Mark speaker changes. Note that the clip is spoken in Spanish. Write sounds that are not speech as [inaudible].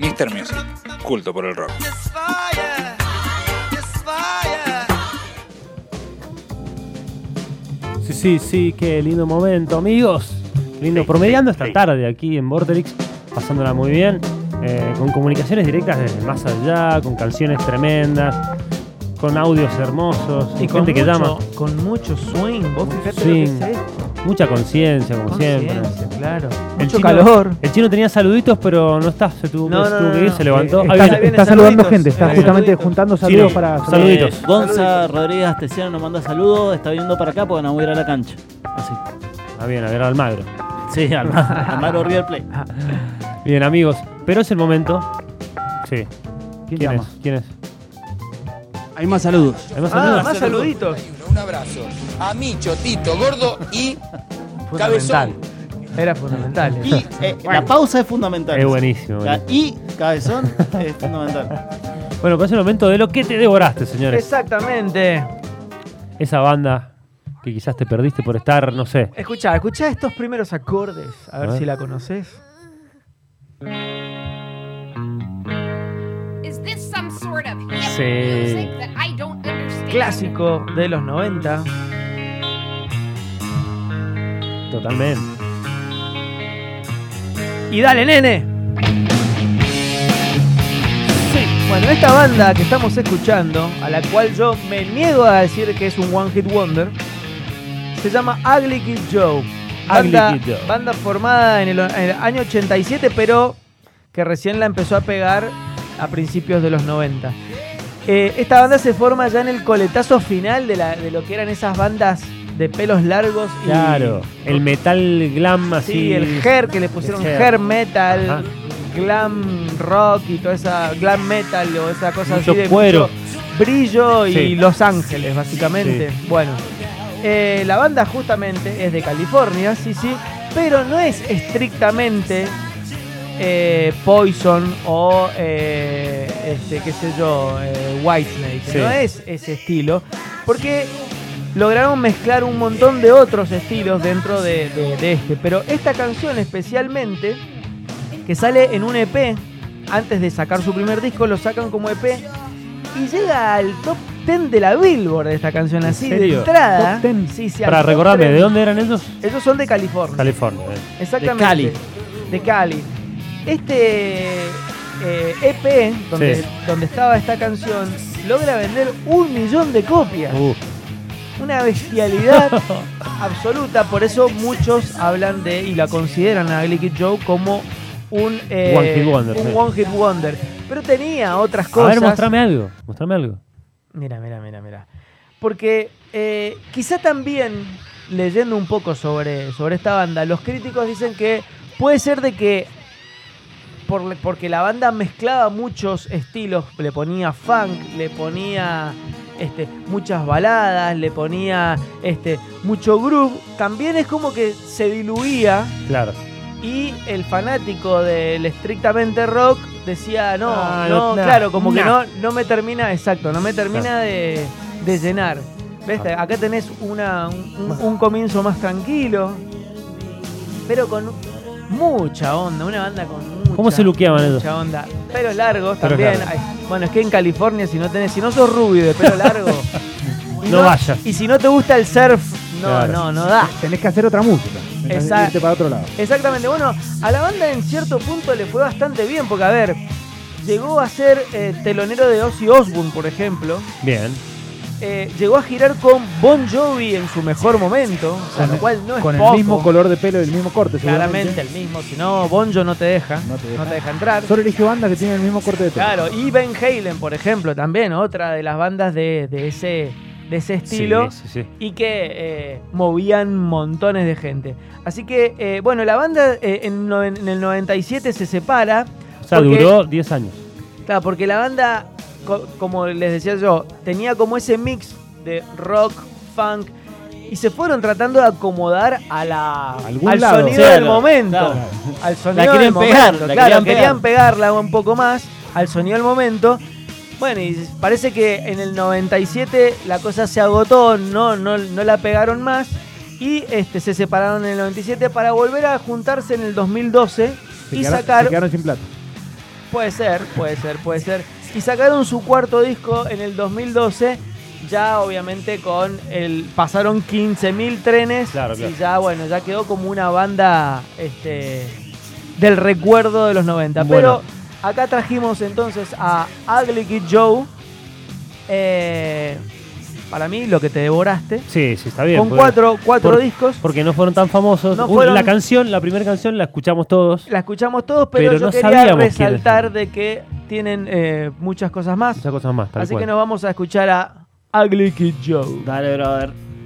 Speaker 1: Winter Music, culto por el rock.
Speaker 2: Sí, sí, sí, qué lindo momento, amigos. Lindo, promediando esta tarde aquí en Vorterix, pasándola muy bien, eh, con comunicaciones directas desde más allá, con canciones tremendas, con audios hermosos, y gente que
Speaker 3: mucho,
Speaker 2: llama.
Speaker 3: Con mucho swing, vos fijate
Speaker 2: swing,
Speaker 3: lo que es esto.
Speaker 2: Mucha conciencia, como siempre.
Speaker 3: Conciencia, claro.
Speaker 2: El
Speaker 3: Mucho
Speaker 2: chino-
Speaker 3: calor.
Speaker 2: El chino tenía saluditos, pero no está, se tuvo, se tuvo que ir, se levantó.
Speaker 3: Eh,
Speaker 2: Ah,
Speaker 3: está-
Speaker 2: bien.
Speaker 3: vienen
Speaker 4: está saludando
Speaker 3: saluditos.
Speaker 4: gente,
Speaker 2: Ahí
Speaker 4: está
Speaker 2: vienen
Speaker 4: justamente
Speaker 3: saluditos.
Speaker 4: juntando
Speaker 2: Sí, no.
Speaker 4: saludos
Speaker 3: Ah,
Speaker 4: para.
Speaker 2: Saluditos.
Speaker 5: Eh, Gonza Rodríguez Astesiano nos manda saludos. Está viniendo para acá porque no voy a ir a la cancha. Así.
Speaker 2: Ah, bien, a ver Almagro.
Speaker 5: Sí, Almagro Almagro River Plate.
Speaker 2: Bien, amigos, pero es el momento. Sí.
Speaker 4: ¿Quién
Speaker 2: ¿Quién
Speaker 4: llama?
Speaker 2: es? ¿Quién es?
Speaker 6: Hay más saludos.
Speaker 2: Además,
Speaker 3: Ah,
Speaker 2: saludos.
Speaker 3: más saluditos.
Speaker 7: Un abrazo a Micho, Tito, Gordo y Cabezón.
Speaker 3: Era fundamental.
Speaker 5: Y eh, la pausa es fundamental.
Speaker 2: Es buenísimo.
Speaker 5: La
Speaker 2: buenísimo.
Speaker 5: y cabezón es fundamental.
Speaker 2: Bueno, pero es el momento de lo que te devoraste, señores.
Speaker 3: Exactamente.
Speaker 2: Esa banda que quizás te perdiste por estar, no sé.
Speaker 3: Escucha, escucha estos primeros acordes, a ver
Speaker 2: ver.
Speaker 3: si la conoces.
Speaker 8: Is this some sort of hip
Speaker 2: Sí.
Speaker 8: music that I don't understand?
Speaker 3: Clásico de los 90.
Speaker 2: Totalmente.
Speaker 3: Y dale, nene. Sí, bueno, esta banda que estamos escuchando, a la cual yo me niego a decir que es un One Hit Wonder, se llama Ugly Kid Joe. Banda,
Speaker 2: Ugly Kid Joe.
Speaker 3: banda formada en el, en el año 87, pero que recién la empezó a pegar a principios de los 90. Eh, esta banda se forma ya en el coletazo final de, la- de lo que eran esas bandas de pelos largos y
Speaker 2: Claro. El metal glam así.
Speaker 3: Sí, el hair que le pusieron
Speaker 2: hair.
Speaker 3: hair, metal,
Speaker 2: Ajá.
Speaker 3: glam rock y toda esa glam metal o esa cosa
Speaker 2: Mucho
Speaker 3: así de
Speaker 2: cuero.
Speaker 3: mucho brillo y
Speaker 2: Sí.
Speaker 3: Los Ángeles, básicamente. Bueno, eh, la banda justamente es de California, sí, sí, pero no es estrictamente eh, Poison o eh, este, qué sé yo, eh, Whitesnake.
Speaker 2: Sí.
Speaker 3: No es ese estilo, porque lograron mezclar un montón de otros estilos dentro de, de- de este. Pero esta canción especialmente, que sale en un EP, antes de sacar su primer disco, lo sacan como EP y llega al top 10 de la Billboard de esta canción así de
Speaker 2: serio?
Speaker 3: entrada.
Speaker 4: Top 10.
Speaker 3: Sí, sí, al
Speaker 2: Para
Speaker 3: top
Speaker 2: recordarme,
Speaker 3: 10.
Speaker 2: ¿de dónde eran ellos?
Speaker 3: Ellos son de California.
Speaker 2: California. eh.
Speaker 3: Exactamente.
Speaker 5: De Cali.
Speaker 3: De Cali. Este eh, EP, donde,
Speaker 2: Sí.
Speaker 3: donde estaba esta canción, logra vender un millón de copias.
Speaker 2: Uh,
Speaker 3: Una
Speaker 2: [laughs]
Speaker 3: bestialidad absoluta. Por eso muchos hablan de y la consideran a Glicky Joe como un, eh,
Speaker 2: One Hit Wonder,
Speaker 3: un
Speaker 2: sí.
Speaker 3: one hit wonder. Pero tenía otras
Speaker 2: A
Speaker 3: cosas.
Speaker 2: ver, mostrame algo. Mostrame algo.
Speaker 3: Mira, mira, mira, mira. Porque eh, quizá también, leyendo un poco sobre, sobre esta banda, los críticos dicen que puede ser de que, por le- porque la banda mezclaba muchos estilos, le ponía funk, le ponía este, muchas baladas, le ponía este, mucho groove, también es como que se diluía
Speaker 2: Claro.
Speaker 3: y el fanático del estrictamente rock decía, no,
Speaker 2: Ah,
Speaker 3: no,
Speaker 2: no, nah,
Speaker 3: claro, como que
Speaker 2: nah.
Speaker 3: no, no me termina, exacto, no me termina de, de llenar. ¿Ves?
Speaker 2: Ah.
Speaker 3: Acá tenés una, un, un comienzo más tranquilo, pero con mucha onda, una banda con mucha,
Speaker 2: ¿Cómo se luqueaban ellos?
Speaker 3: mucha onda. Pelos largos
Speaker 2: Pelos
Speaker 3: también.
Speaker 2: largos.
Speaker 3: Ay, bueno, es que en California si no tenés, si no sos rubio de pelo
Speaker 4: [laughs]
Speaker 3: largo, y
Speaker 2: No vayas.
Speaker 3: Y si no te gusta el surf, no,
Speaker 2: Claro.
Speaker 3: no, no da.
Speaker 4: Tenés que hacer otra música. Tenés que
Speaker 3: Exacto.
Speaker 4: irte para otro lado.
Speaker 3: Exactamente, bueno, a la banda en cierto punto le fue bastante bien, porque a ver, llegó a ser eh, telonero de Ozzy Osbourne, por ejemplo,
Speaker 2: Bien.
Speaker 3: Eh, llegó a girar con Bon Jovi en su mejor momento, o sea,
Speaker 4: Con
Speaker 3: lo
Speaker 4: el-
Speaker 3: cual no es
Speaker 4: Con el
Speaker 3: poco.
Speaker 4: mismo color de pelo y el mismo corte,
Speaker 3: claramente
Speaker 4: seguramente.
Speaker 3: el mismo, si no, Bon Jovi no te deja, no
Speaker 4: No
Speaker 3: te
Speaker 4: te
Speaker 3: deja,
Speaker 4: deja.
Speaker 3: entrar.
Speaker 4: Solo eligió bandas que tienen el mismo corte de pelo.
Speaker 3: Claro, y Ben Halen, por ejemplo, también, otra de las bandas de, de ese, de ese estilo.
Speaker 2: Sí, sí, sí.
Speaker 3: y que eh, movían montones de gente. Así que, eh, bueno, la banda eh, en, no- en el 97 se separa.
Speaker 2: O sea,
Speaker 3: porque-
Speaker 2: duró 10 años.
Speaker 3: Claro, porque la banda, co- como les decía yo, tenía como ese mix de rock, funk, y se fueron tratando de acomodar a la,
Speaker 4: Algún
Speaker 3: al
Speaker 4: lado.
Speaker 3: sonido
Speaker 5: Claro,
Speaker 3: del momento.
Speaker 5: claro.
Speaker 3: Al sonido
Speaker 5: La querían
Speaker 3: del
Speaker 5: pegar,
Speaker 3: momento.
Speaker 5: la
Speaker 3: claro,
Speaker 5: querían
Speaker 3: pegarla un poco más al sonido del momento. Bueno, y parece que en el 97 la cosa se agotó, no, no, no la pegaron más. Y este, se separaron en el 97 para volver a juntarse en el 2012
Speaker 4: Se
Speaker 3: y
Speaker 4: quedaron-
Speaker 3: sacar
Speaker 4: Se quedaron sin plata.
Speaker 3: Puede ser, puede ser, puede ser. Y sacaron su cuarto disco en el 2012, ya obviamente con el. Pasaron 15.000 trenes.
Speaker 2: Claro, claro.
Speaker 3: Y ya, bueno, ya quedó como una banda este, del recuerdo de los 90.
Speaker 2: Bueno.
Speaker 3: Pero acá trajimos entonces a Ugly Kid Joe. eh, para mí, lo que te devoraste.
Speaker 2: Sí, sí, está bien.
Speaker 3: con
Speaker 2: porque-
Speaker 3: cuatro, cuatro
Speaker 2: por-
Speaker 3: discos.
Speaker 2: Porque no fueron tan famosos.
Speaker 3: No
Speaker 2: Un-
Speaker 3: fueron-
Speaker 2: La canción, la primera canción la escuchamos todos.
Speaker 3: La escuchamos todos, pero,
Speaker 2: Pero
Speaker 3: yo
Speaker 2: no
Speaker 3: quería
Speaker 2: sabíamos quiénes
Speaker 3: resaltar
Speaker 2: eran.
Speaker 3: de que tienen eh, muchas cosas más.
Speaker 2: Muchas cosas más, tal
Speaker 3: Así
Speaker 2: cual.
Speaker 3: que nos vamos a escuchar a Ugly Kid Joe.
Speaker 5: Dale, brother.